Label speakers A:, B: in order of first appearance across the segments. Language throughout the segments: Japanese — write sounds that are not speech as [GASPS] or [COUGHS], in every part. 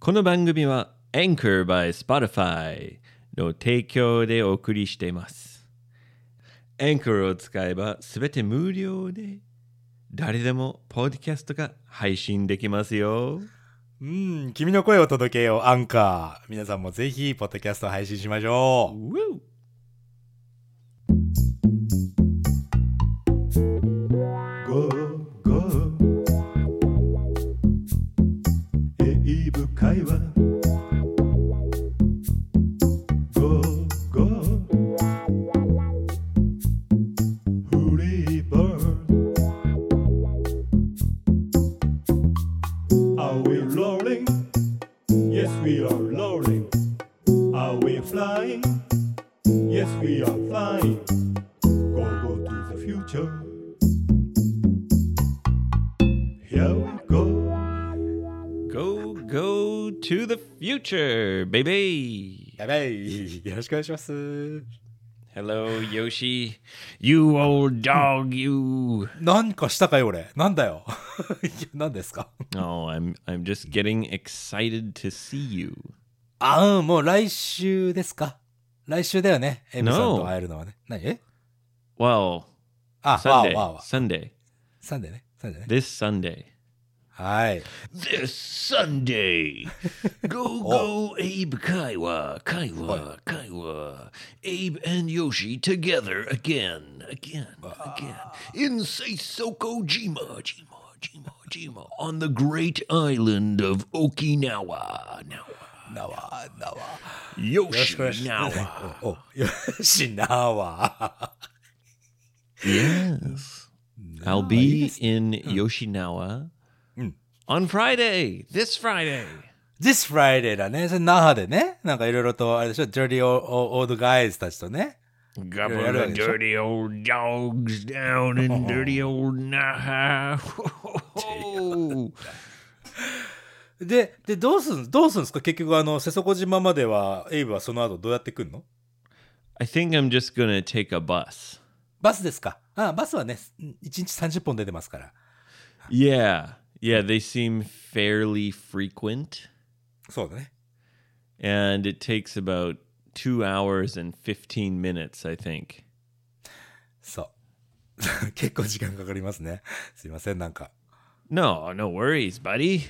A: この番組は Anchor by Spotify の提供でお送りしています。Anchor を使えばすべて無料で誰でもポッドキャストが配信できますよ。
B: うん、君の声を届けよう、アンカー。皆さんもぜひ、ポッドキャストを配信しましょう。
A: Woo!
C: ゴーゴー英語会話ゴーゴーフリーバード Are we rolling? Yes, we are rolling. Are we flying? Yes, we are flying. Go, go to the future. Here we go.
A: Go, go to the future, baby!
B: やばい。よろしくお願いします。
A: Hello, Yoshi. You old dog, you.
B: なんかしたかよ、俺。なんだよ。 [LAUGHS] いや何ですか
A: Oh, I'm I'm just getting excited to see you.
B: あ、うん、もう来週ですか来週だよね。エミさん
A: No
B: と会えるのはね。何え
A: Well,
B: あ、わ
A: Sunday,
B: あわあわあ。
A: Sunday,
B: サンデーね。サンデーね。
A: this Sunday.
B: はい。
A: This [LAUGHS] Sunday, go go Abe Kaiwa, Kaiwa, Kaiwa, Abe and Yoshi together again, again, again in Seisoko Jima, Jima, Jima, Jima on the great island of Okinawa. Now,
B: なわ、なわ。
A: Yoshi
B: よろしくお願いし
A: now.
B: ます。お、およしなわ。
A: [LAUGHS] Yes.
B: Oh,
A: I'll be in Yoshinawa on Friday, this Friday.
B: This Friday だね。それ那覇でね。なんかいろいろと、あれでしょ、Dirty Old- Old Guys たちとね。
A: Couple
B: Yeah,
A: of
B: yeah, yeah.
A: dirty old dogs down in dirty old [LAUGHS] Naha.
B: で、で、どうすん、どうすんですか結局あの、瀬底島までは、エイブはその後どうやって来るの
A: I think I'm just gonna take a bus.
B: バスですかあバスはね、1日30本出てますから。
A: Yeah, yeah, they seem fairly frequent,
B: そうだね。
A: and it takes about two hours and 15 minutes, I think.
B: そう。 [LAUGHS] 結構時間かかりますね。すいません、なんか。
A: No, no worries, buddy.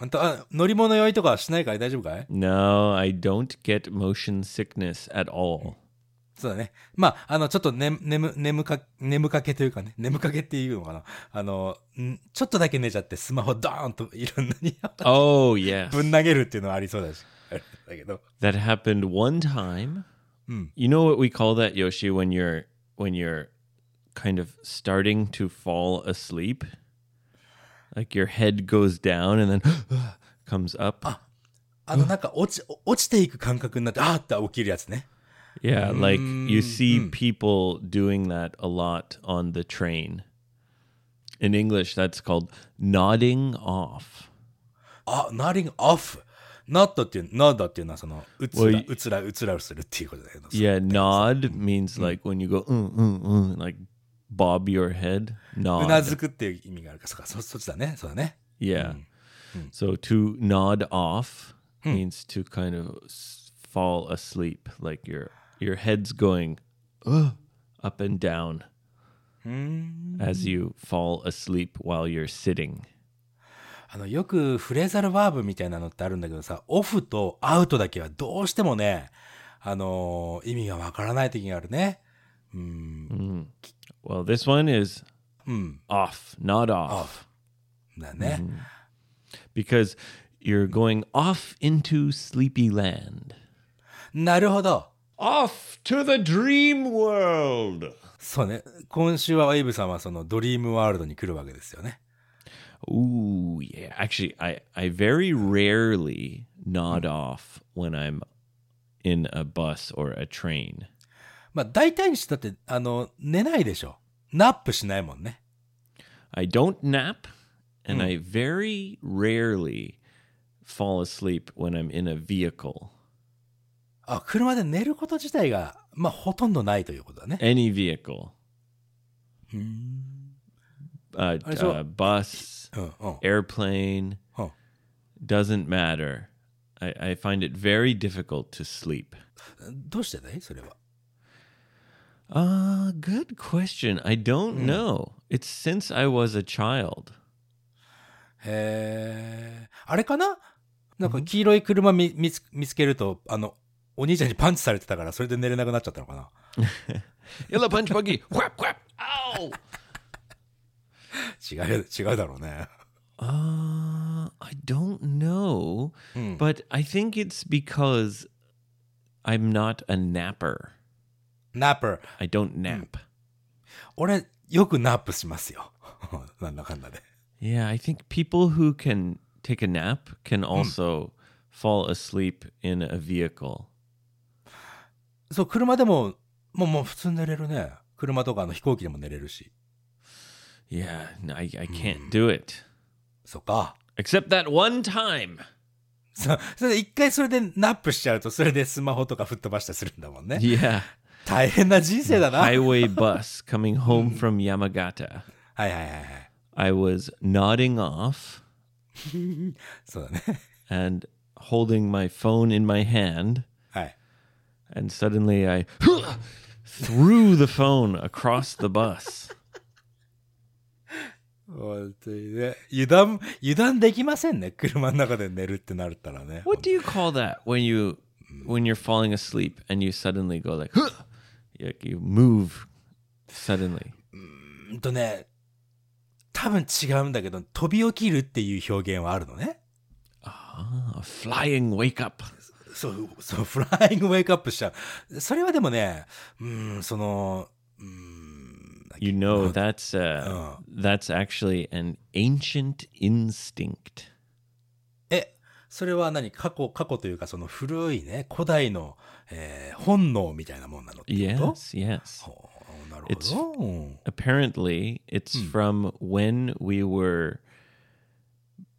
B: あんた、あ乗り物酔いとかはしないから大丈夫かい
A: No, I don't get motion sickness at all.
B: そうだね。まあ、あの、ちょっとね、眠、眠か、眠かけというかね、眠かけっていうのかな。あの、んちょっとだけ寝ちゃって、スマホドーンといろんなに
A: Oh, yes.
B: ぶん投げるっていうのはありそうだし。 [LAUGHS] だけど。
A: That happened one time.
B: Mm.
A: You know what we call that, Yoshi, when you're when you're kind of starting to fall asleep? Like your head goes down and then [GASPS] comes up.
B: あの、なんか、落ち、落ちていく感覚になって、あーって起きるやつね。
A: Yeah, like you see people doing that a lot on the train. In English, that's called nodding off.
B: あ、nodding off。not っていう、nod っていうのはその、うつ
A: お
B: ら、
A: いう
B: つら、うつらをするっていうことだけど。
A: Yeah, nod means like when you go, mm, mm, mm, like bob your head.
B: うな
A: Nod.
B: ずくっていう意味があるから、そっか、そ、そっちだね。そうだね。
A: Yeah. So to nod off means to kind of s- fall asleep, like your your head's going "Ugh," up and down as you fall asleep while you're sitting.
B: あの、よくフレーザルバーブみたいなのってあるんだけどさ、オフとアウトだけはどうしてもね、あのー意味がわからない時があるね。
A: Well, this one is off, not off,
B: だね。
A: because you're going off into sleepy land,
B: なるほど。
A: off to the dream world.
B: そうね。今週はエイブさんはそのドリームワールドに来るわけですよね。
A: Ooh, yeah. Actually, I I very rarely nod off when I'm in a bus or a train.
B: まあ大体にしてだって、あの、寝ないでしょ。ナップしないもんね。
A: I don't nap, and I very rarely fall asleep when I'm in a vehicle,
B: あ、車で寝ること自体が、まあほとんどないということだね。
A: any vehicle, uh,
B: I saw-
A: uh, bus,
B: うんうん。
A: airplane,
B: Huh.
A: doesn't matter. I, I find it very difficult to sleep.
B: どうしてだいそれは。
A: Uh, good question. I
D: Hmm.
A: don't know. It's since I was a child.
B: へえ。あれかななんか黄色い車見見つ見つけると、あの、お兄ちゃんにパンチされてたから、それで寝れなくなっちゃったのかな
D: Yellow punch
A: [LAUGHS]
D: buggy. Whap, whap. Ow.
B: 違う、違うだろうね。
A: Uh, I don't know,
D: Hmm.
B: うん。
A: but I think it's because I'm not a napper.
B: ナップ。
A: I don't
D: Hmm.
A: nap.
B: 俺、よくナップしますよ。 [LAUGHS] なんだかんだで。
A: Yeah, I think people who can take a nap can
D: Hmm.
A: also fall asleep in a vehicle.
B: そう、車でも、もう、もう普通に寝れるね。車とかあの飛行機でも寝れるし。
A: Yeah, no, I, I
D: Hmm.
A: can't do it.
B: そうか。
A: Except that one
D: [LAUGHS]
A: time.
B: そう、それで一回それでナップしちゃうと、それでスマホとか吹っ飛ばしたりするんだもんね。
A: Yeah.
B: 大変な人生だな。はい、
A: Highway bus coming home from Yamagata.
B: はいはいはい。
A: I was nodding off
B: そうだね。 [LAUGHS]
A: and holding my phone in my hand,
B: はい。
A: and suddenly I threw the phone across the bus.
B: 本当にね。油断、油断できませんね。車の中で寝るってなったらね。
A: What do you call that when you when you're falling asleep and you suddenly go like you, you move suddenly?
B: うんとね、多分違うんだけど、飛び起きるっていう表現はあるのね。
A: Ah, a flying wake up.
B: そう、 [LAUGHS] そう、フライングウェイクアップしちゃう。それはでもね、うん、その、うん、
A: You know that's uh,
B: Oh.
A: that's actually an ancient instinct.
B: え、それは何過去、過去というかその古いね、古代の、えー本能みたいなもんなのってこと、
A: Yes, yes.
B: ほうなるほど。うん
A: Apparently, it's from when we were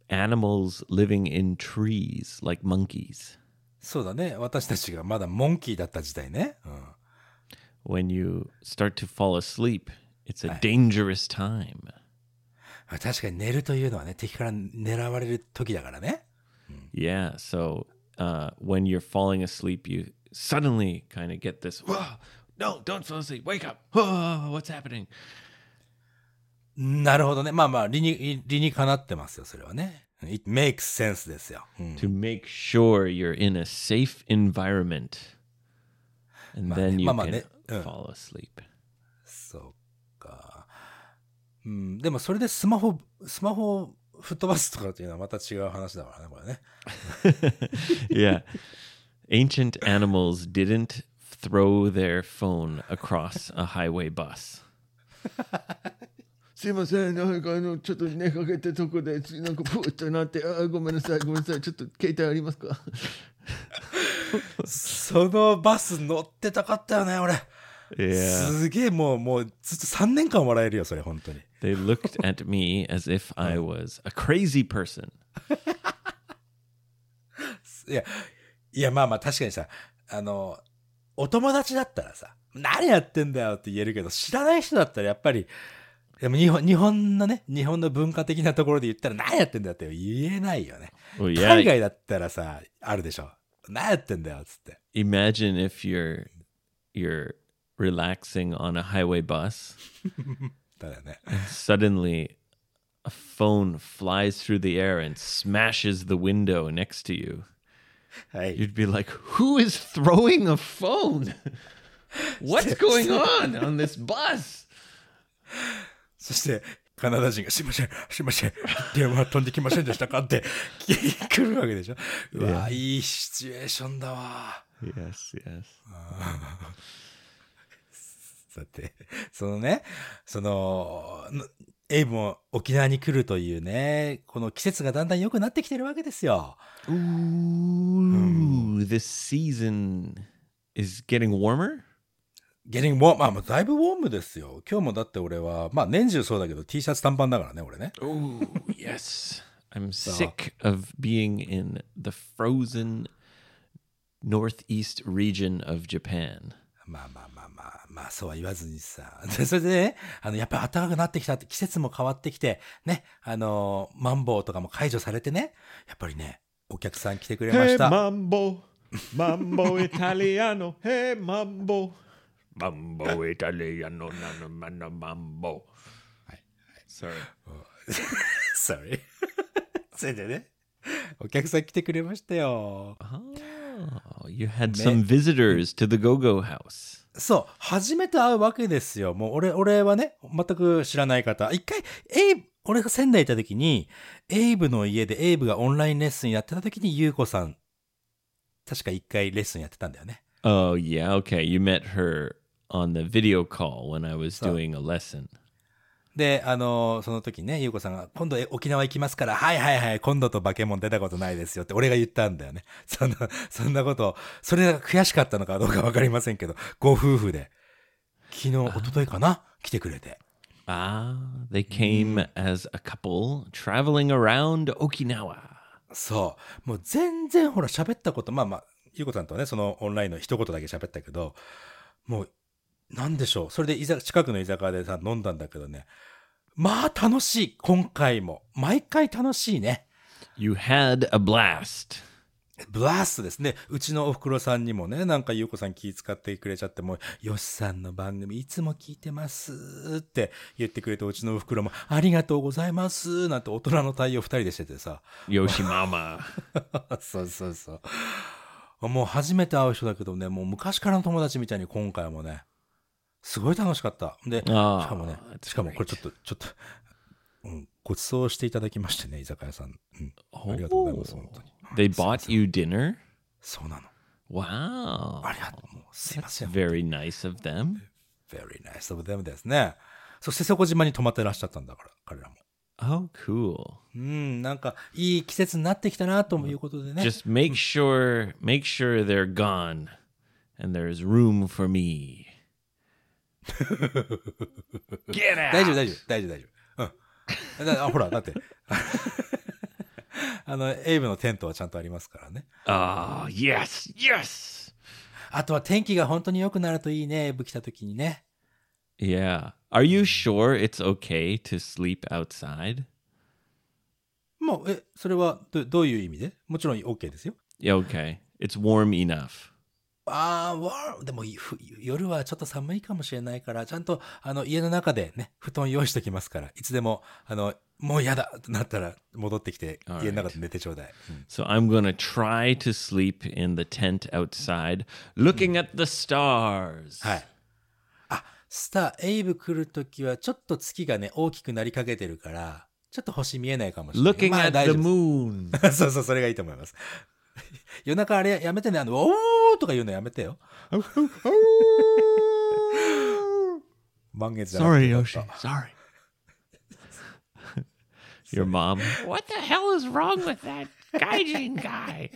A: animals living in trees like monkeys.
B: そうだね。私たちがまだモンキーだった時代ね。うん
A: When you start to fall asleep, it's a dangerous time.
B: あ確かに寝るというのはね、敵から狙われる時だからね。
A: Yeah. So uh, when you're falling asleep, you suddenly kind of get this. Whoa, no, don't fall asleep. Wake up. Whoa, what's happening?
B: なるほどね。まあまあ、理に、理にかなってますよ、それはね。It makes sense ですよ。うん
A: To make sure you're in a safe environment, and then you
B: Mama,
A: can
B: ne- uh.
A: fall asleep.
B: そうか。うん、でもそれでスマホ、スマホを吹っ飛ばすとかっていうのはまた違う話だからね、これね。
A: [LAUGHS] yeah. Ancient animals didn't throw their phone across a highway bus.
D: [LAUGHS] すいません、なんかあの、ちょっと寝かけてとこで、なんかプーっとなって、あーごめんなさい、ごめんなさい、ちょっと携帯ありますか
B: そのバス乗ってたかったよね、俺。
D: [LAUGHS]
A: Yeah.
B: すげえもう、もうずっと3年間笑えるよ、それ、本当に。
A: They looked at me as if I was a crazy person.
B: いや、いや、まあまあ、確かにさ、あの、お友達だったらさ、何やってんだよって言えるけど、知らない人だったらやっぱり、でも日本、日本のね、日本の文化的なところで言ったら何やってんだよって言えないよね。
A: Well,
B: 海
A: yeah.
B: 外だったらさ、あるでしょ。何やってんだよっつって。
A: Imagine if you're you're relaxing on a highway bus,
B: だよね。
A: suddenly a phone flies through the air and smashes the window next to you.
B: はい。
A: You'd be like, who is throwing a [LAUGHS] phone? What's going on on this bus?
B: そして、カナダ人が、すいません、すいません、電話飛んできませんでしたかって、 [LAUGHS] 来るわけでしょ。うわ、いいシチュエーションだわ。
A: Yes, yes.
B: だって、そのね、その、のエイブも沖縄に来るというね、この季節がだんだん良くなってきてるわけですよ。
A: Ooh, this season is getting warmer.
B: Getting warm, まあもうだいぶウォームですよ。今日もだって俺は、まあ年中そうだけど T シャツ短パンだからね、俺ね。
A: Oh, yes. I'm sick of being in the frozen northeast region of Japan.
B: まあまあまあまあ、まあそうは言わずにさ。 [LAUGHS] でそれでね、あの、やっぱり暖かくなってきたって季節も変わってきて、ね、あの、マンボウとかも解除されてね、やっぱりね、お客さん来てくれま
A: Hey
B: した。
A: mambo, mambo italiano, hey mambo.
D: Mambo italiano, nano, mano, mambo.
A: Sorry.
B: [LAUGHS] Sorry. [LAUGHS] それでね、お客さん来てくれましたよ。
A: Oh, you had some visitors to the go-go house.
B: そう、初めて会うわけですよ。もう俺、俺はね、全く知らない方。一回、エイブ、俺が仙台行った時に、エイブの家でエイブがオンラインレッスンやってた時に、ゆうこさん、確か一回レッスンやってたんだよね。
A: Oh yeah, okay. You met her on the video call when I was
B: So-
A: doing a lesson.
B: で、あのその時ね、ゆうこさんが、今度え沖縄行きますから、はいはいはい、今度とバケモン出たことないですよって俺が言ったんだよね。 [LAUGHS] そんな、そんなこと、それが悔しかったのかどうかわかりませんけど、ご夫婦で、昨日、一昨日かな来てくれて。
A: Ah, they came as a couple traveling around Okinawa.
B: そう。もう全然ほら喋ったこと、まあまあ、ゆうこさんとはね、そのオンラインの一言だけ喋ったけど、もう、なんでしょう。それで居酒近くの居酒屋でさ、飲んだんだけどね。まあ楽しい。今回も。毎回楽しいね。
A: You had a blast.
B: ブラストですね。うちのおふくろさんにもね、なんかゆうこさん気使ってくれちゃって、もう、よしさんの番組いつも聞いてますって言ってくれて、うちのおふくろも、ありがとうございますなんて大人の対応二人でしててさ。 [LAUGHS]
A: [LAUGHS] Yoshimama.
B: そうそうそう。もう初めて会う人だけどね、もう昔からの友達みたいに今回もね、すごい楽しかった。で、し
A: あー
B: かもね、
A: that's
B: しかもこれちょっと、ちょっと、うん、ご馳走していただきましてね、居酒屋さん。うん、ありがとうございます、本当に。
A: Oh. they bought you dinner?
B: そうなの。
A: Wow.
B: ありがとう。もうすいません。
A: Very nice of them.
B: very nice of them ですね。そして瀬古島に泊まってらっしゃったんだから、彼らも。
A: Oh, cool.
B: うん、なんか、いい季節になってきたな、ということでね。
A: Just make sure make sure they're gone and there's room for
B: [LAUGHS]
A: me. Get out.
B: 大丈夫、大丈夫、大丈夫、大丈夫。うん。だあほら、だって。 [LAUGHS] あの、エイブのテントはちゃんとありますからね。
A: Ah, yes. Yes.
B: あとは天気が本当に良くなるといいね、エイブ来た時にね。
A: Yeah. Are you sure it's okay to sleep outside?
B: もう、え、それはどどういう意味でもちろん OK ですよ。
A: Yeah, okay. It's warm enough.
B: ああ、わーでもいふ夜はちょっと寒いかもしれないから、ちゃんとあの家の中でね、布団用意してきますから、いつでも、あの、もう嫌だってなったら戻ってきて
A: Alright.
B: 家の中で寝てちょうだい。うん
A: So I'm going to try to sleep in the tent outside looking at the stars.
B: はい。あ、スター、エイブ来るときは、ちょっと月がね、大きくなりかけてるから、ちょっと星見えないかもしれない。
A: Looking
B: まあ
A: at
B: 大丈
A: the
B: 夫
A: moon.
B: [LAUGHS] そうそう、それがいいと思います。夜中あれやめてね、あの、おーとか言うのやめてよ。満月じゃなくて
A: Sorry,
B: よか
A: Yoshi.
B: った
A: Sorry. [LAUGHS] Your mom.
D: What the hell is wrong with that gaijin guy?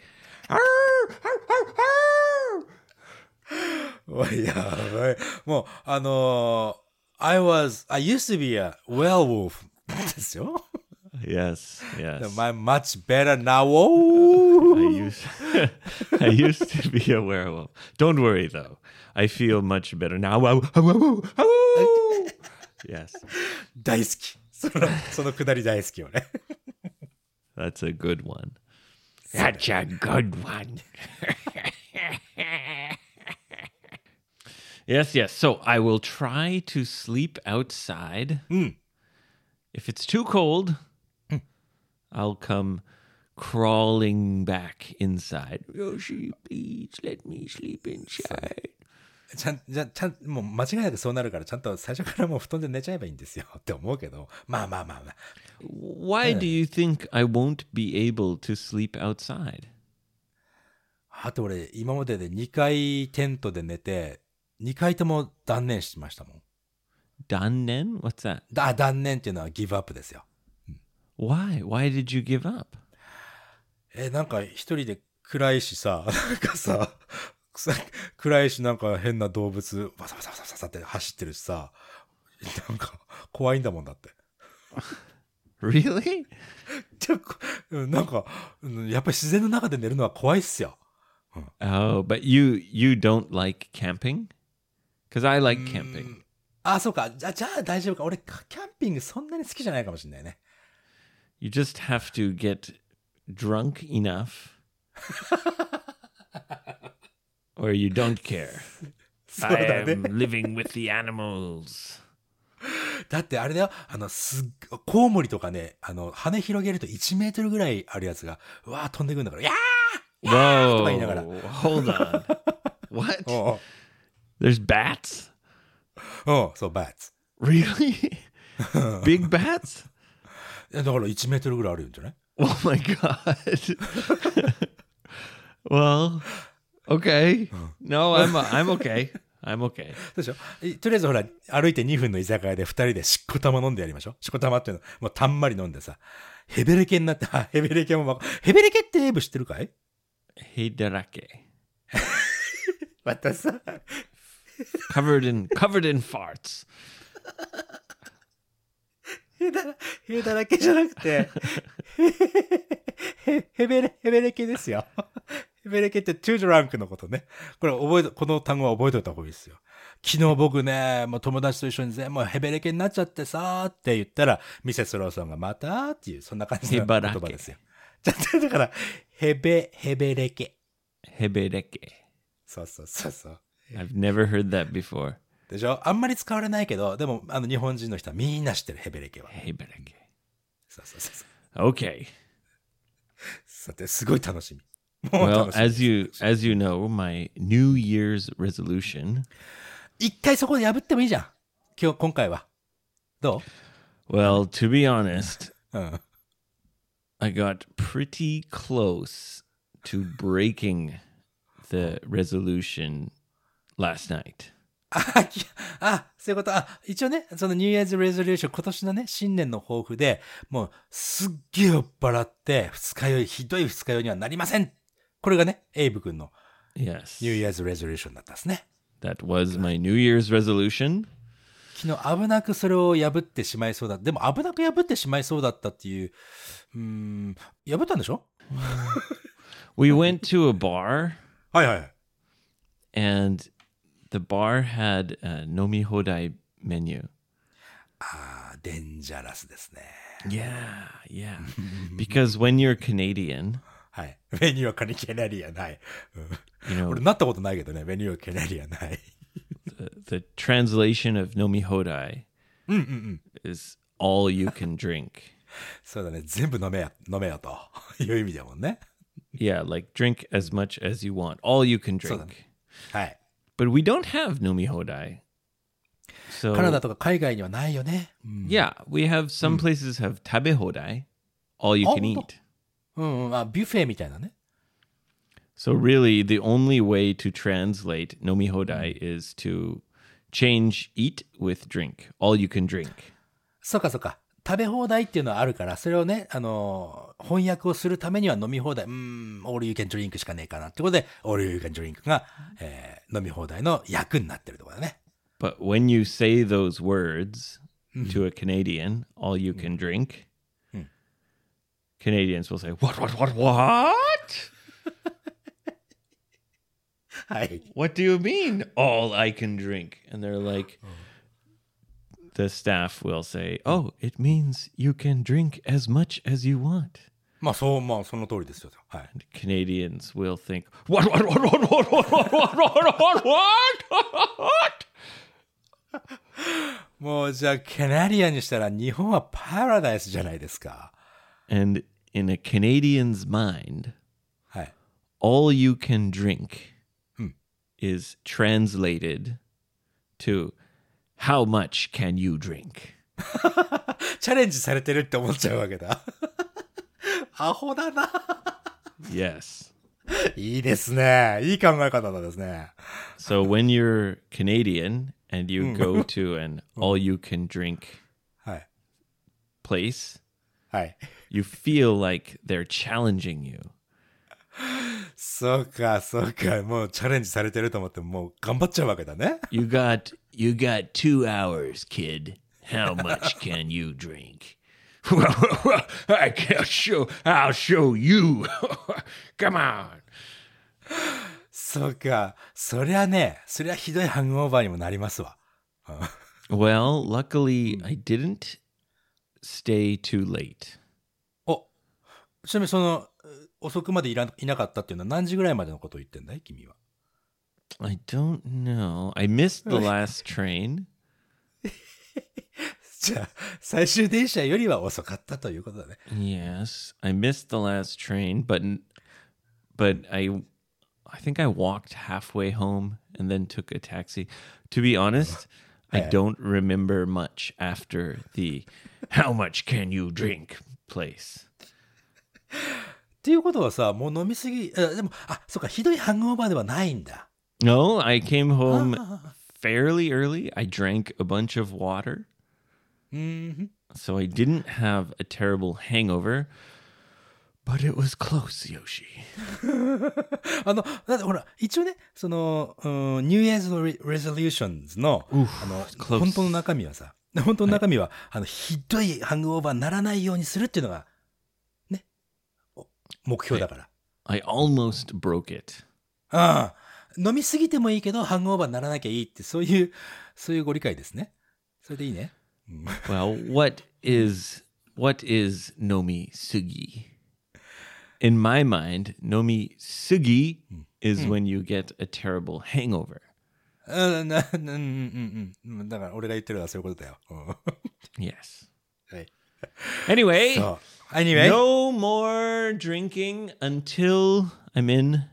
B: おい [LAUGHS] やばい。もう、あのー I was, I used to be a werewolf [LAUGHS] ですよ。
A: Yes, yes.
B: My much better now. Oh!
A: I used, [LAUGHS] I used to be a werewolf. Don't worry though. I feel much better now. Wow, wow, wow, wow, wow. yes,
B: [LAUGHS] 大好き。その、そのくだり大好きよね。 [LAUGHS]
A: that's a good one.
D: That's a good one.
A: Yes, yes. So I will try to sleep outside.
D: Hmm.
A: If it's too cold, I'll come crawling back inside.
D: Yoshi, please let me sleep inside.
B: ちゃん、じゃ、ちゃん、もう間違いなくそうなるから、ちゃんと最初からもう布団で寝ちゃえばいいんですよ [LAUGHS] って思うけど、まあまあまあまあ。
A: Why do you think I won't be able to sleep outside?
B: あと俺、今までで2回テントで寝て、2回とも断念しましたもん。
A: Dannen? What's that?
B: だ、断念っていうのはギブアップですよ。
A: Why? Why did you give up? [LAUGHS]
B: え、なんか一人で暗いしさ、 [LAUGHS] なんかさ、さ暗いしなんか変な動物、バサバサバサバサって走ってるしさ、なんか怖いんだもんだって。
A: Really?
B: ちょこうんなんか、うんやっぱり自然の中で寝るのは怖いっすよ。
A: Oh, but you you don't like camping? Cuz I
B: Mm.
A: like camping.
B: あ、そうか。じゃ、じゃあ大丈夫か。俺、かキャンピングそんなに好きじゃないかもしれないね。
A: You just have to get drunk enough or you don't care.
B: そうだ
A: I
B: ね
A: am。living [LAUGHS] with the animals.
B: だってあれだよ、あの、すっご、コウモリとかね、あの、羽広げると1メートルぐらいあるやつが、うわー飛んでくるんだから、いや
A: Whoa. Hold on.
B: ー
A: What?
B: おう
A: There's bats?
B: おうおうそう、バーツ。
A: Really? Big bats?
B: いやだから1メートルぐらいあるんじゃない
A: [LAUGHS] Oh my god. [LAUGHS] well, okay. No, I'm I'm okay. I'm okay.
B: そうでしょいとりあえずほら、歩いて2分の居酒屋で2人でしっこ玉飲んでやりましょう。しっこ玉っていうの、もうたんまり飲んでさ、ヘベレケになって、あヘベレケもわか、ヘベレケって英語知ってるかい
A: Heidarake.
B: またさ、
A: Covered in covered in farts.
B: ヘだら、 [LAUGHS] ヘだらけじゃなくて、 [LAUGHS] ヘヘベレ、ヘベレケですよ。 [LAUGHS] ヘベレケってトゥードランクのことね。これ覚えと、この単語は覚えておいた方がいいですよ。昨日僕ね、もう友達と一緒に全部ヘベレケになっちゃってさーって言ったら、ミセスローソンがまたーっていう、そんな感じの言葉ですよ。 [LAUGHS] じゃあだから、ヘベ、ヘベレケ。
A: Hebereke.
B: そうそうそうそう。
A: I've never heard that before.
B: でしょあんまり使われないけど、でも、あの、日本人の人はみんな知ってる、ヘベレケは。
A: Hebereke.
B: そうそうそうそう。
A: Okay.
B: さて、すごい楽しみ。もう楽
A: Well,
B: しみ。
A: as you as you know, my New Year's resolution.
B: 一回そこで破ってもいいじゃん。今日、今回は。ど
A: Well, to be honest,
B: ううん。
A: I got pretty close to breaking the resolution last night.
B: あ、きあ、そういうこと。あ、一応ね、そのニューイヤーズレゾリューション、今年のね、新年の抱負で、もう、すっげえ酔っ払って、二日酔い、ひどい二日酔いにはなりません。これがね、エイブ君の
A: Yes.
B: ニューイヤーズレゾリューションだったんですね。
A: That was my New Year's resolution.
B: 昨日危なくそれを破ってしまいそうだ。でも危なく破ってしまいそうだったっていう、うーん、破ったんでしょ
A: We went to a bar
B: はいはい。
A: and the bar had a Nomi Hodai menu.
B: あー、デンジャラスですね。
A: Yeah, yeah. because when you're Canadian,
B: はい。メニューはカニケナリアない。うん。
A: you know,
B: 俺なったことないけどね、メニューはケナリアない。 [LAUGHS]
A: the translation of Nomi Hodai is all you can drink.
B: そうだね、全部飲めよ、飲めよという意味だもんね。
A: Yeah, like drink as much as you want, all you can
B: So
A: drink.
B: then- はい。
A: But we don't have Nomi Hodai.
B: カナダ
A: So
B: とか海外にはないよね。
A: yeah, we have some places have Tabe Hodai, all you
B: Oh,
A: can
B: no.
A: eat.
B: うん、うん、あ、ビュッフェみたいなね。
A: So really the only way to translate Nomi Hodai is to change eat with drink, all you can drink.
B: そうかそうか。食べ放題っていうのはあるから、それをね、あのー翻訳をするためには飲み放題、うーん、オール u ー a ン d リンクしかねえかなってことで、オール u ー a ン d リンクが、えー飲み放題の役になってるところだね。
A: But when you say those words to a Canadian, all you can drink, Canadians will say, What, what, what, what?
B: はい。
A: What do you mean, all I can drink? And they're like, The staff will say, Oh, it means you can drink as much as you want.
B: まあ、そう、まあ、その通りですよ。はい。
A: And Canadians will think, What, what, what, what, what, what, what, what, what, what, what, what?
B: もう、じゃあ、ケナリアにしたら日本はパラダイスじゃないですか。
A: And in a Canadian's mind,
B: はい。
A: all you can drink is translated to how much can you drink?
B: [LAUGHS] チャレンジされてるって思っちゃうわけだ。アホだな。
A: Yes.
B: いいですね。いい考え方だですね。
A: So when you're Canadian and you go to an all you can drink
B: はい。
A: place,
B: はい。
A: you feel like they're challenging you.
B: そうか、そうか。もうチャレンジされてると思って、もう頑張っちゃうわけだね。
A: You got you got 2 hours, kid. How much can you drink? [LAUGHS] I can show I'll show you. [LAUGHS] Come on.
B: そうか。そりゃね、そりゃひどいハングオーバーにもなりますわ。
A: Well, luckily, I didn't stay too late.
B: お、ちなみにその、遅くまでいらいなかったっていうのは何時ぐらいまでのことを言ってんだい君は。
A: I don't know. I missed the last train.
B: じゃあ、最終電車よりは遅かったということだね。
A: Yes, I missed the last train, but but I I think I walked halfway home and then took a taxi. To be honest, I don't remember much after the how much can you drink place.
B: っていうことはさ、もう飲みすぎ、えでも、あ、そっか、ひどいハングオーバーではないんだ。
A: No, I came home fairly early. I drank a bunch of water. So I didn't have a terrible hangover, but it was close, Yoshi.
B: あの、だってほら、一応ね、その、うん、New Year's Re- Resolutions の、あの、
A: close
B: 本当の中身はさ、本当の中身は、あの、ひどいハングオーバーにならないようにするっていうのが、ね、お目標だから。
A: I almost broke it.
B: ああ、飲みすぎてもいいけど、ハングオーバーにならなきゃいいって、そういう、そういうご理解ですね。それでいいね。
A: Well, what is what is nomi sugi? In my mind, nomi sugi is when you get a terrible hangover.
B: うん、な、うん、うん、うんうん。だから、俺が言ってるのはそういうことだよ。うん
A: Yes.
B: [LAUGHS] Right.
A: Anyway,
B: そう。Anyway.
A: no more drinking until I'm in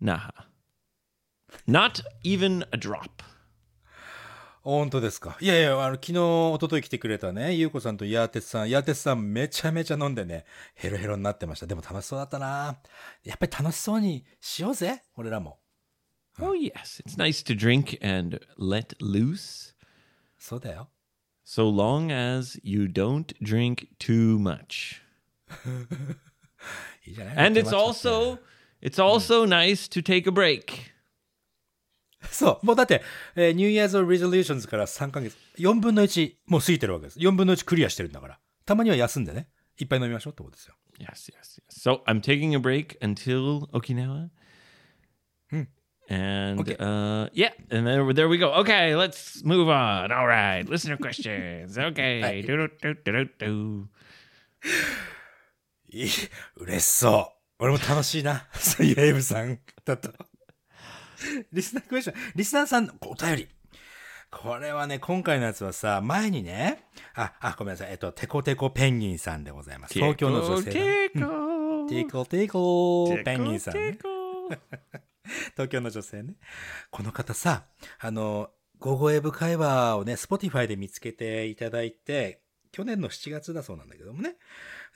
A: Naha. Not even a drop.
B: 本当ですか。いやいや、あの、昨日、一昨日来てくれたね、ゆうこさんとヤーテツさん、ヤーテツさんめちゃめちゃ飲んでね、ヘロヘロになってました。でも楽しそうだったなやっぱり楽しそうにしようぜ、俺らも。
A: Oh yes, it's nice to drink and let loose,
B: そうだよ。
A: so long as you don't drink too much.
B: いいじゃない
A: and it's
B: 手間取って
A: also it's also nice to take a break
B: そう。もうだって、えー、New Year's Resolutions から3ヶ月、4分の1、もう過ぎてるわけです。4分の1クリアしてるんだから。たまには休んでね、いっぱい飲みましょうってことですよ。
A: yes yes yes so i'm taking a break until okinawa and
B: Okay.
A: uh yeah and there, there we go okay let's move on all right listener questions okay do, do, do, do, do.
B: いい、嬉しそう。俺も楽しいな。 [LAUGHS] そういうエイブさんだと。リスナークエスチョン、リスナーさんのお便り。これはね、今回のやつはさ、前にね、あ、あ、ごめんなさい、えっと、テコテコペンギンさんでございます。東京の女性だね。
A: Tickle,
B: テコテコペンギンさん
A: tickle,
B: ね。
A: tickle.
B: 東京の女性ね。この方さ、あの、ゴゴエブ会話をね、Spotify で見つけていただいて、去年の7月だそうなんだけどもね。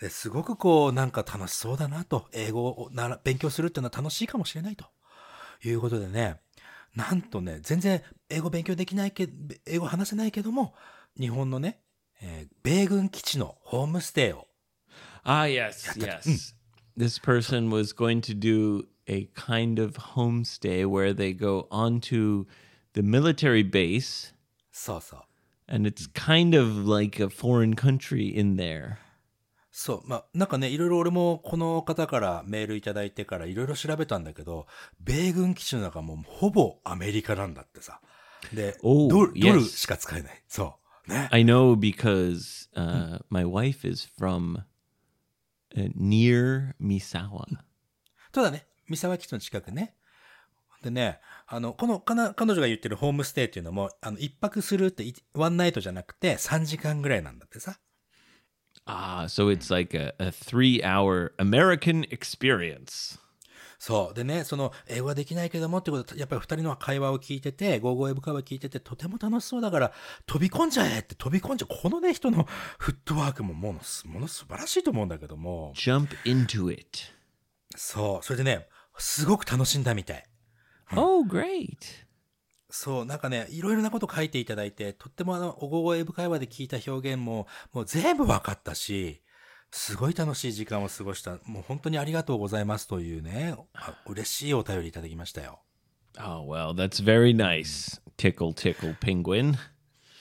B: ですごくこう、なんか楽しそうだなと。英語をなら勉強するっていうのは楽しいかもしれないと。いうことでね、なんとね、全然英語勉強できないけ、英語話せないけども、日本のね、えー米軍基地のホームステイを
A: ah yes yes hmm. this person was going to do a kind of homestay where they go onto the military base
B: そうそう。
A: and it's kind of like a foreign country in there.
B: そう、まあ、なんかね、いろいろ俺もこの方からメールいただいてからいろいろ調べたんだけど、米軍基地の中もうほぼアメリカなんだってさ。で、
A: Oh,
B: ドル
A: yes.
B: ドルしか使えない。そう。ね。
A: I know because uh, my wife is from uh, near Misawa.
B: ただね、三沢基地の近くね。でね、あの、この、かな彼女が言ってるホームステイっていうのも、あの、一泊するってい、ワンナイトじゃなくて3時間ぐらいなんだってさ。
A: Ah, so it's like a, a three hour American experience.
B: そう。でね、その、英語はできないけどもってことで、やっぱり二人の会話を聞いてて、ゴーゴーエブ会話聞いてて、とても楽しそうだから、飛び込んじゃえって飛び込んじゃう。このね、人のフットワークもものす、もの素晴らしいと思うんだけども。
A: Jump into it.
B: そう。それでね、すごく楽しんだみたい。
A: Oh, great.
B: そう、なんかね、いろいろなこと書いていただいて、とってもあの、おごごえぶ会話で聞いた表現も、もう全部わかったし、すごい楽しい時間を過ごした。もう本当にありがとうございますというね、あ嬉しいお便りいただきましたよ。
A: Oh, well, that's very nice. Tickle, tickle, penguin.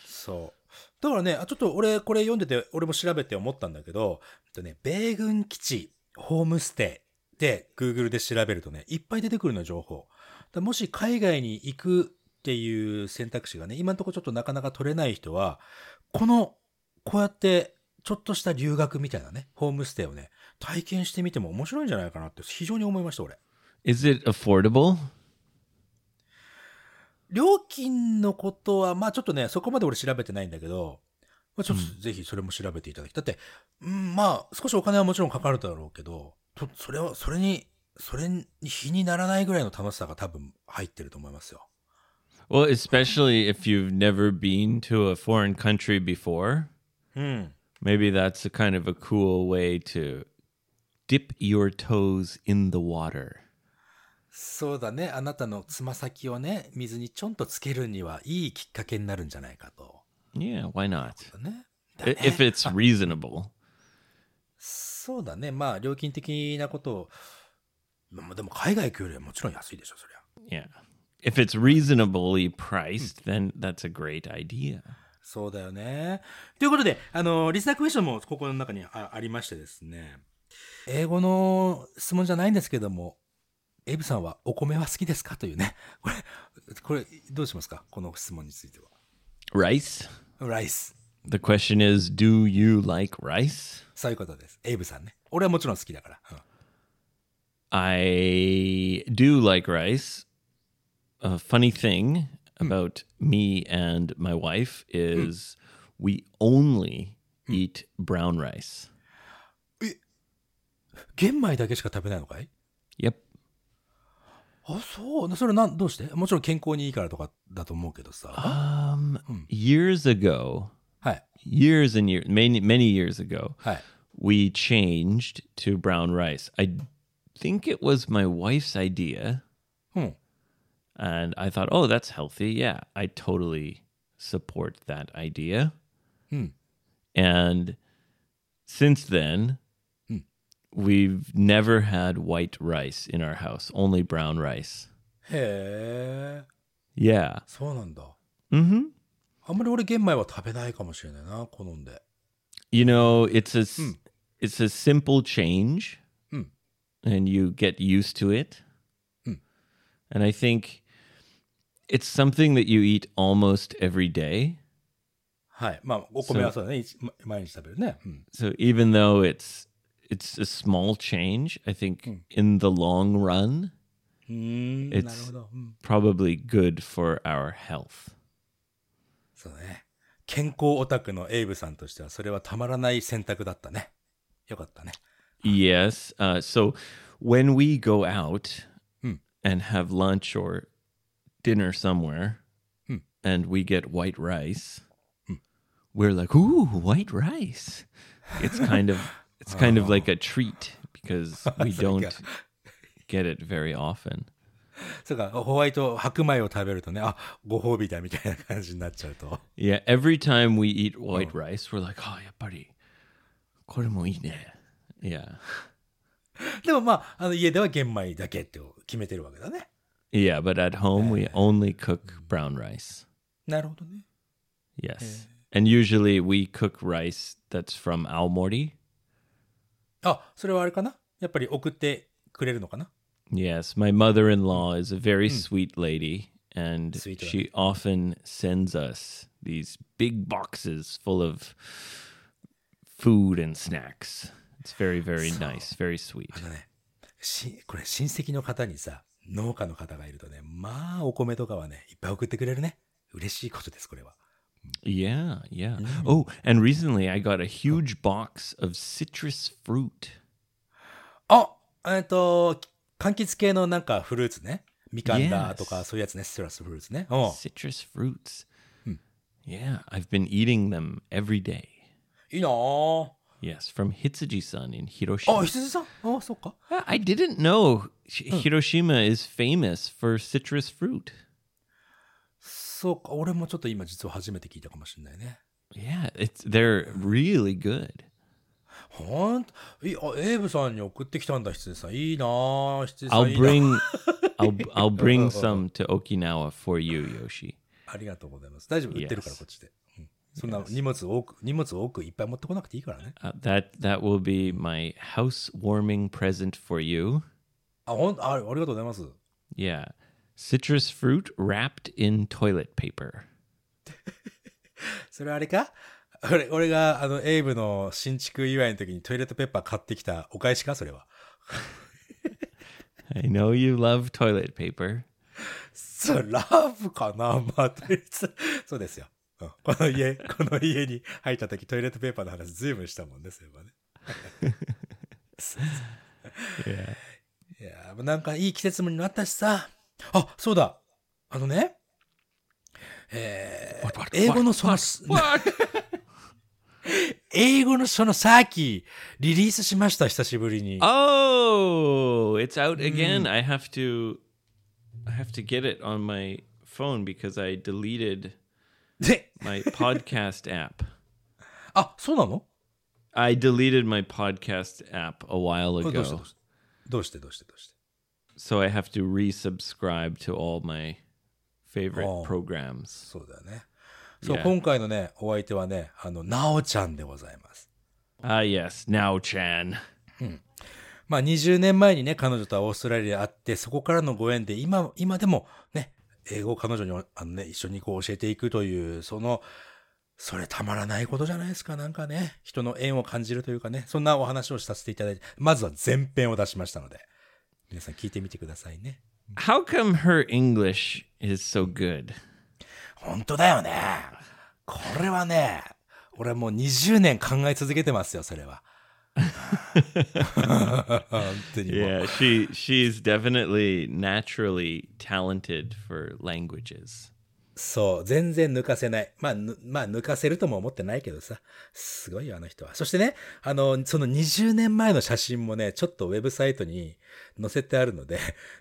B: そう。だからね、あちょっと俺、これ読んでて、俺も調べて思ったんだけど、えっとね、米軍基地、ホームステイで、Google で調べるとね、いっぱい出てくるのよ情報。だもし海外に行くっていう選択肢がね、今のところちょっとなかなか取れない人は、この、こうやって、ちょっとした留学みたいなね、ホームステイをね、体験してみても面白いんじゃないかなって非常に思いました俺
A: Is it affordable?
B: 料金のことはまあちょっとねそこまで俺調べてないんだけど、まあ、ちょっとぜひそれも調べていただきだって、うん、まあ少しお金はもちろんかかるだろうけどとそれはそれにそれに比にならないぐらいの楽しさが多分入ってると思いますよ
A: Well, especially if you've never been to a foreign country before,
B: うん、
A: maybe that's a kind of a cool way to dip your toes in the water.
B: そうだね。あなたのつま先をね、水にちょんとつけるにはいいきっかけになるんじゃないかと。
A: Yeah, why not?
B: だね。だ
A: I-
B: ね
A: If [LAUGHS] it's reasonable.
B: そうだね。まあ、料金的なことを。まあでも、海外行くよりはもちろん安いでしょ、そりゃ。
A: Yeah. Hmm. If it's reasonably priced, then that's a great idea.
B: そうだよね。ということで、あの、リスナークエスチョンもここの中にあありましてですね。英語の質問じゃないんですけども、エイブさんはお米は好きですかというね。 [LAUGHS] これ、これ、どうしますかこの質問については。
A: Rice?
B: ライス。
A: The question is Do you like rice?
B: そういうことです。エイブさんね。俺はもちろん好きだから。うん
A: I do like rice. A funny thing about me and my wife is we only eat brown rice.
B: 玄米だけしか食べないのかい
A: Yep.
B: あそうなそれなんどうしてもちろん健康にいいからとかだと思うけどさ
A: Um, Years ago,
B: はい
A: years and years, many, many years ago,
B: はい、
A: we changed to brown rice. I think it was my wife's idea.
B: うん、
A: And I thought, oh, that's healthy. Yeah, I totally support that idea.
B: Hmm.
A: And since then,
B: Hmm.
A: we've never had white rice in our house, only brown rice.
B: へえ
A: Yeah.
B: そうなんだ
A: hmm
B: あんまり俺玄米は食べないかもしれないな好んで
A: You know, it's a, s- it's a simple change
B: Hmm.
A: and you get used to it. And I think it's something that you eat almost every day.
B: はいまあお米はそうだね一ま毎日食べるね、うん、
A: so even though it's it's a small change i think
B: Hmm.
A: in the long run
B: うーん
A: It's-
B: なるほど、うん、
A: probably good for our health
B: そうね健康オタクのエイブさんとしてはそれはたまらない選択だったねよかったね
A: yes uh, so when we go out
B: Hmm.
A: and have lunch or dinner somewhere
B: Hmm.
A: and we get white rice we're like ooh white rice it's kind
B: [LAUGHS]
A: of it's kind of
B: Oh.
A: like a treat because we don't get it very often
B: そうかホワイト白米を食べるとねあご褒美だみたいな感じになっちゃうと [LAUGHS]
A: Yeah, every time we eat white rice, we're like, oh, やっぱりこれもいいね。Yeah.
B: でもまああの家では玄米だけって決めてるわけだね
A: Yeah, but at home, we only cook brown rice.
B: なるほどね
A: Yes. And usually we cook rice that's from Aomori.
B: あ、それはあれかなやっぱり送ってくれるのかな
A: Yes, my mother in law is a very sweet lady, and
B: Sweet
A: she often sends us these big boxes full of food and snacks. It's very, very nice, very sweet.
B: し、これ親戚の方にさ、農家の方がいるとね、まあお米とかはね、いっぱい送ってくれるね。嬉しいことです、これは。
A: Yeah, yeah. Oh, and recently I got a huge box of citrus fruit.
B: あえっと、柑橘系のなんかフルーツね。みかんだと
A: Yes.
B: か、そういうやつね、ストラスフルーツね。うん。
A: Citrus fruits. Yeah, I've been eating them every day.
B: いいなぁ。
A: Yes, from Hitsuji-san in
B: あ、
A: Hiroshima.
B: 羊さんあ、そっか。
A: I- I didn't know Hi- Hiroshima is famous for citrus fruit.
B: そうか、俺もちょっと今実は初めて聞いたかもしれないね。
A: Yeah, it's they're really good.
B: ほんといあ、エイブさんに送ってきたんだ、羊さん。いいなぁ、羊さん。
A: I'll
B: いいなぁ
A: bring I'll I'll bring some to Okinawa for you, Yoshi.
B: ありがとうございます。大丈夫、
A: Yes.
B: 売ってるから、こっちで。うんそんな荷物多く、荷物多くいっぱい持ってこなくていいからね。
A: Uh, that that will be my housewarming present for you.
B: あ、ほんあ、ありがとうございます。
A: Yeah. Citrus fruit wrapped in toilet paper.
B: それあれか [LAUGHS] 俺、俺が、あの、エイブの新築祝いの時にトイレットペッパー買ってきたお返しかそれは。
A: I know you love toilet paper.
B: そう、ラブかなまあ、とりあえず [LAUGHS] そうですよ。うんこの家、 [LAUGHS] この家に入った時トイレットペーパーの話ずいぶんしたもんね、そういえばね。
A: Yeah.
B: [LAUGHS] いやーなんかいい季節になったしさ。あ、そうだ。あのね。えー英語のその、 [LAUGHS] 英語のそのさっきリリースしました、久しぶりに。
A: Oh, it's out again. I have to I have to get it on my phone because I deleted
B: で、
A: my podcast app.
B: あ、そうなの
A: I deleted my podcast app a while
B: これどうしてど
A: ago.
B: うしてどうしてどうしてどうして
A: So I have to resubscribe to all my favorite
B: Oh.
A: programs.
B: そうだよね。そう、
A: Yeah.
B: 今回のね、お相手はね、あの、なおちゃんでございます。
A: Ah, yes, now Chan.
B: まあ、20年前にね、彼女とはオーストラリアで会って、そこからのご縁で、今、今でもね、英語を彼女に、あのね、一緒にこう教えていくという、その、それたまらないことじゃないですか、なんかね。人の縁を感じるというかね、そんなお話をさせていただいて、まずは前編を出しましたので、皆さん聞いてみてくださいね。
A: How come her English is so good?
B: 本当だよね。これはね、俺もう20年考え続けてますよ、それは。本当にもう。
A: Yeah, she she's definitely naturally talented for languages.
B: そう、全然抜かせない。まあ、ぬまあ、抜かせるとも思ってないけどさ。すごいよ、あの人は。そしてね、あの、その20年前の写真もね、ちょっとウェブサイトに載せてあるので、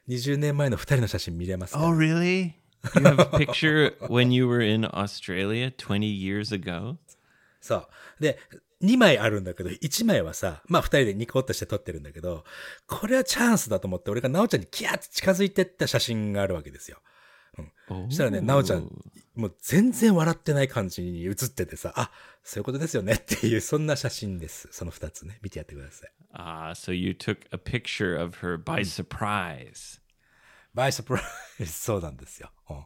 B: 20年前の2人の写真見れますから
A: really? You have a picture when you were in Australia 20 years ago?
B: そう。で、2枚あるんだけど、1枚はさ、まあ2人でニコッとして撮ってるんだけど、これはチャンスだと思って、俺がなおちゃんにキャーって近づいてった写真があるわけですよ。
A: Oh.
B: そしたらね、なおちゃん、もう全然笑ってない感じに写っててさ、あ、そういうことですよねっていう、そんな写真です。その2つね、見てやってください。
A: Ah, so you took a picture of her by surprise.
B: バイサプライズ、そうなんですよ。うん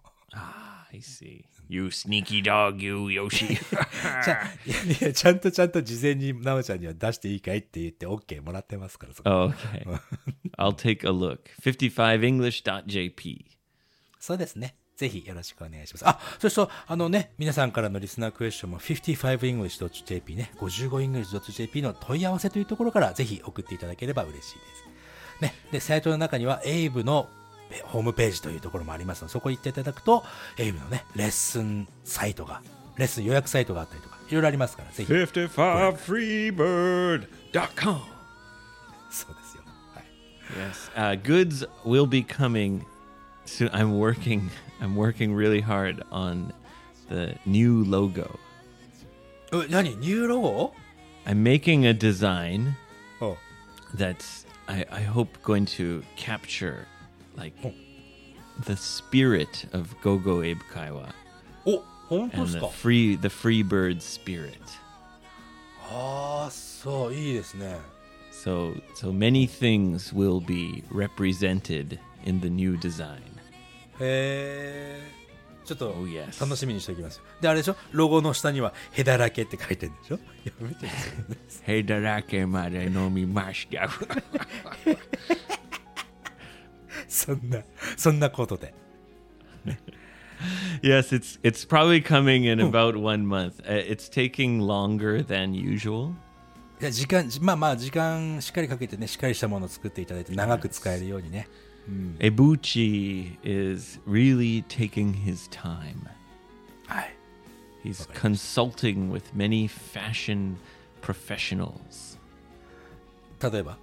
A: I see. You sneaky dog, you Yoshi.
B: じゃあいやいや、ちゃんとちゃんと事前になおちゃんには出していいかいって言って OK もらってますから、そ
A: [LAUGHS]
B: こ
A: oh, okay. I'll take a look. 55english.jp.
B: そうですね。ぜひよろしくお願いします。あ、そうそう、あのね、皆さんからのリスナークエスチョンも 55english.jp ね、55english.jp の問い合わせというところからぜひ送っていただければ嬉しいです。ね、で、サイトの中には、エイブのペホームページというところもありますので、そこ行っていただくと、エイブのね、レッスンサイトが、レッスン予約サイトがあったりとか、いろいろありますから、ぜひ。
A: 55freebird.com.
B: そうですよ。はい。
A: Yes. Uh, goods will be coming soon. I'm working. I'm working really hard on the new logo.
B: え、何ニューロゴ
A: I'm making a design
B: おう
A: that's I, I hope going to capture like the spirit of Gogo Abe Kaiwa
B: お、本当
A: and
B: ですか
A: the free the free bird spirit.
B: ああ、そう、いいですね。
A: So so many things will be represented in the new design.
B: へえ。ちょっと
A: Oh, yes.
B: 楽しみにしておきますよ。で、あれでしょロゴの下には「へだらけ」って書いてるんでしょやめてください
A: Hey,
B: ね
A: Darake Mare no mi mashita.
B: [LAUGHS] そんな、そんなことで。
A: Yes, it's it's probably coming in about one month. Uh, It's taking longer than usual.
B: いや時間、じまあまあ、時間しっかりかけてね、しっかりしたものを作っていただいて、長く使えるようにね。
A: Ebuchi is really taking his time.
B: はい。
A: He's consulting with many fashion professionals.
B: 例えば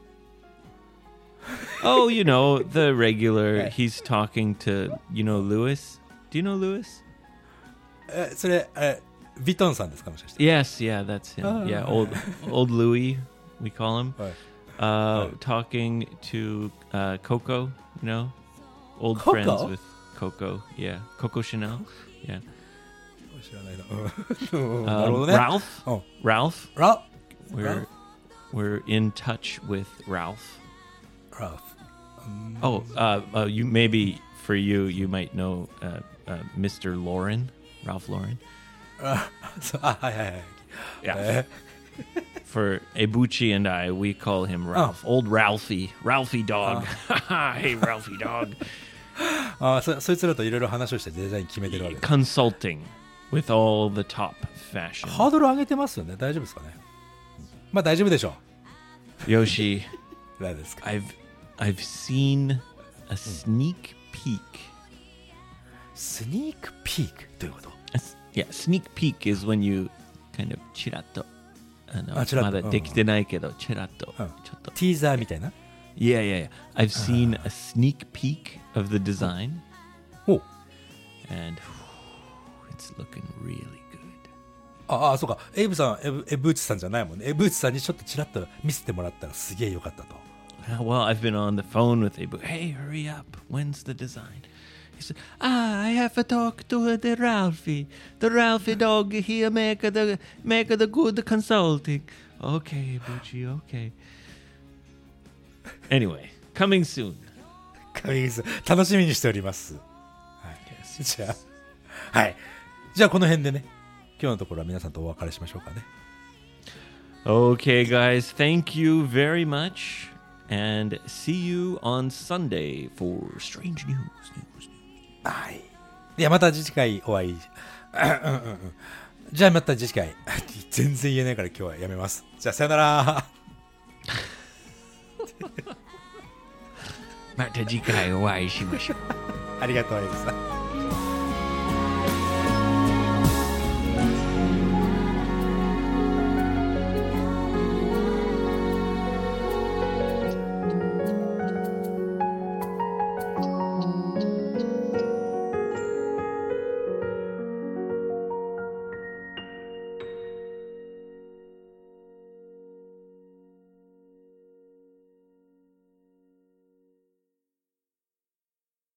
A: Oh, you know the regular. He's talking to you know Lewis. Do you know Lewis?
B: え、それ、え、ヴィトンさんですかもしかして。
A: Yes, yeah, that's him. yeah, old old Louis, we call him.
B: はい。Oh.
A: Uh, talking to uh, Coco, you know, old
B: Coco?
A: friends with Coco. Yeah, Coco Chanel. Yeah,
B: 知らないな。うん [LAUGHS] なるほ
A: um,
B: どね。
A: Ralph.
B: Oh.
A: Ralph,
B: ラ
A: we're
B: Ralph?
A: we're in touch with Ralph.
B: ラフ。Mm.
A: Oh, uh, uh, you maybe for you, you might know uh, uh, Mr. Lauren, Ralph Lauren.
B: あ、そうあはいはいはい。
A: Yeah. [LAUGHS] For Ebuchi and I, we call him
B: Oh.
A: Ralph. Old Ralphie. Ralphie dog. [LAUGHS] hey, Ralphie dog.
B: あーそそいつらといろいろ話をしてデザイン決めてるわけだ
A: Consulting with all the top fashion.
B: ハードル上げてますよね大丈夫ですかねまあ大丈夫でしょ
A: Yoshi,
B: う何ですか
A: I've I've seen a sneak peek
B: スニークピークということ
A: S- Yeah, sneak peek is when you kind of チラッとあの
B: あチラッと
A: まだできてないけど、チラッと、
B: うん
A: ちょっと。
B: ティーザーみたいな
A: Yeah, yeah, yeah. I've seen a sneak peek of the design
B: おう
A: and it's looking really good.
B: ああそうかエイブさんエブエブーチさんじゃないもんねエブーチさんにちょっとチラッと見せてもらったらすげえよかったと
A: Uh, [LAUGHS] well, I've been on the phone with Abu. Hey, hurry up. When's the design? He said, ah, I have a talk to the Ralphie. The Ralphie dog here make the make the good consulting. Okay, Bucci, okay. Anyway, coming soon.
B: 神木さん楽しみにしております
A: Yes.
B: じゃあはいじゃあこの辺でね今日のところは皆さんとお別れしましょうかね
A: Okay, guys, thank you very much. And see you on Sunday for Strange News. news, news.
B: はいではまた次回お会いうんうん [COUGHS] うんじゃあまた次回 [LAUGHS] 全然言えないから今日はやめますじゃあさよなら
A: [LAUGHS] また次回お会いしましょう。
B: [LAUGHS] ありがとうエイブさん